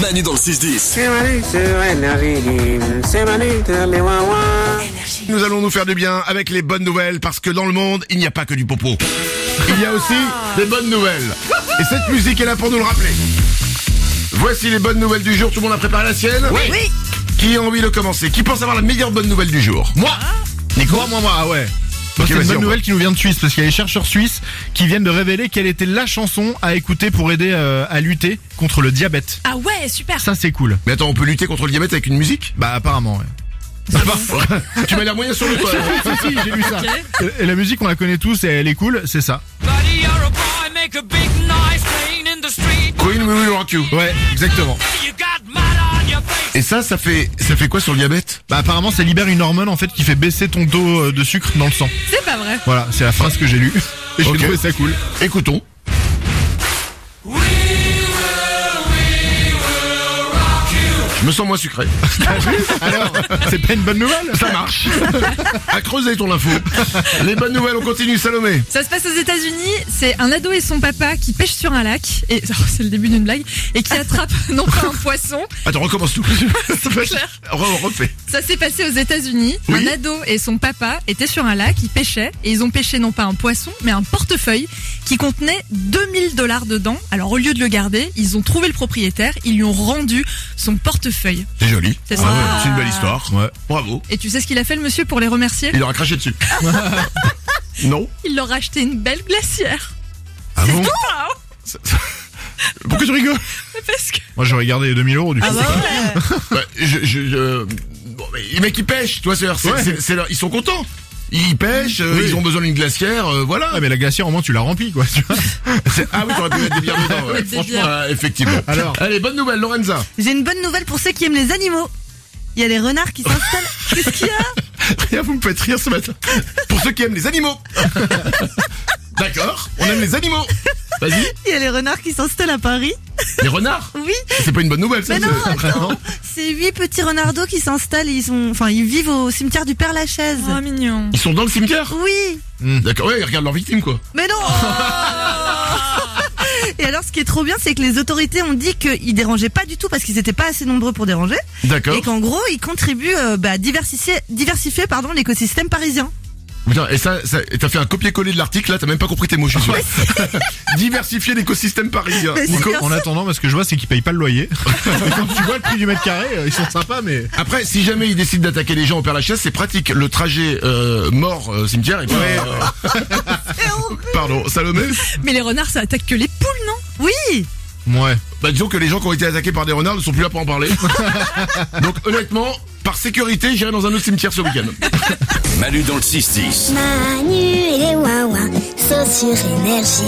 Manu dans le 6-10. C'est Manu sur Énergie. C'est Manu de mes wawas. Nous allons nous faire du bien avec les bonnes nouvelles parce que dans le monde, il n'y a pas que du popo. Il y a aussi des bonnes nouvelles. Et cette musique est là pour nous le rappeler. Voici les bonnes nouvelles du jour. Tout le monde a préparé la sienne Oui. Qui a envie de commencer Qui pense avoir la meilleure bonne nouvelle du jour Moi Nico Moi, moi, moi, ah ouais. Ok, Moi, c'est vas-y, une on bonne peut- nouvelle qui nous vient de Suisse, parce qu'il y a des chercheurs suisses qui viennent de révéler quelle était la chanson à écouter pour aider euh, à lutter contre le diabète. Ah ouais, super. Ça, c'est cool. Mais attends, on peut lutter contre le diabète avec une musique Bah, apparemment, ouais. Tu m'as l'air moyen sur le toit. si, j'ai lu ça. Et la musique, on la connaît tous et elle est cool, c'est ça. Buddy, you're a boy, make a big noise playing in the street. Queen, we will rock you. Ouais, exactement. You got mud on your face. Et ça, ça fait, ça fait quoi sur le diabète Bah, apparemment, ça libère une hormone, en fait, qui fait baisser ton taux euh, de sucre dans le sang. C'est pas vrai. Voilà, c'est la phrase que j'ai lue. Et je Ok. trouvais ça cool. Écoutons. Je me sens moins sucré. Alors, c'est pas une bonne nouvelle Ça marche. À creuser ton info. Les bonnes nouvelles, on continue, Salomé. Ça se passe aux États-Unis. C'est un ado et son papa qui pêchent sur un lac. Et oh, c'est le début d'une blague. Et qui attrape non pas un poisson. Attends, recommence tout. clair. Re- on refait. Ça s'est passé aux États-Unis. Oui. Un ado et son papa étaient sur un lac. Ils pêchaient et ils ont pêché non pas un poisson, mais un portefeuille qui contenait 2000 dollars dedans. Alors au lieu de le garder, ils ont trouvé le propriétaire. Ils lui ont rendu son portefeuille. C'est joli. C'est Ah ça. ouais, c'est une belle histoire. Bravo. Et tu sais ce qu'il a fait le monsieur pour les remercier Il aura craché dessus. non. Il leur a acheté une belle glacière. Ah bon hein Pourquoi tu rigoles Parce que Moi, j'aurais gardé les 2000 euros Ah du coup. Bah, je, je, je- Bon, mais les mecs, ils pêchent, toi, c'est leur- c'est- Ouais. c'est- c'est leur- Ils sont contents. Ils pêchent, euh, Oui. ils ont besoin d'une glacière, euh, voilà. Ouais, mais la glacière, au moins, tu l'as remplie, quoi. Tu vois C'est- Ah oui, t'aurais pu mettre des bières dedans, ouais, Mettre des franchement, bières. euh, effectivement. Alors. Allez, bonne nouvelle, Lorenza. J'ai une bonne nouvelle pour ceux qui aiment les animaux. Il y a les renards qui s'installent. Qu'est-ce qu'il y a Rien, vous me faites rire ce matin. Pour ceux qui aiment les animaux. D'accord, on aime les animaux. Vas-y, Il y a les renards qui s'installent à Paris. les renards. Oui. C'est pas une bonne nouvelle, ça. Mais non, c'est- attends. C'est huit petits renardos qui s'installent. et Ils sont, enfin, ils vivent au cimetière du Père Lachaise. Oh, mignon. Ils sont dans le cimetière. Oui. D'accord, ouais, ils regardent leurs victimes, quoi. Mais non. Et alors, ce qui est trop bien, c'est que les autorités ont dit qu'ils dérangeaient pas du tout parce qu'ils étaient pas assez nombreux pour déranger, D'accord. et qu'en gros, ils contribuent euh, bah, à diversifier, diversifier pardon, l'écosystème parisien. Putain, et ça, ça- et t'as fait un copier-coller de l'article, là, t'as même pas compris tes mots, je suis sûr. Diversifier l'écosystème parisien. Mais c'est Nico, bien En attendant, moi, ce que je vois, c'est qu'ils payent pas le loyer. Et quand tu vois le prix du mètre carré, euh, ils sont sympas, mais. Après, si jamais ils décident d'attaquer les gens au Père Lachaise, c'est pratique. Le trajet euh, mort euh, cimetière et puis, euh, Pardon, Salomé Mais les renards, ça attaque que les poules, non Oui. Ouais. Bah disons que les gens qui ont été attaqués par des renards ne sont plus là pour en parler. Donc honnêtement, par sécurité, j'irai dans un autre cimetière ce week-end. Manu dans le 6-10. Manu et les Wawa sont sur Énergie.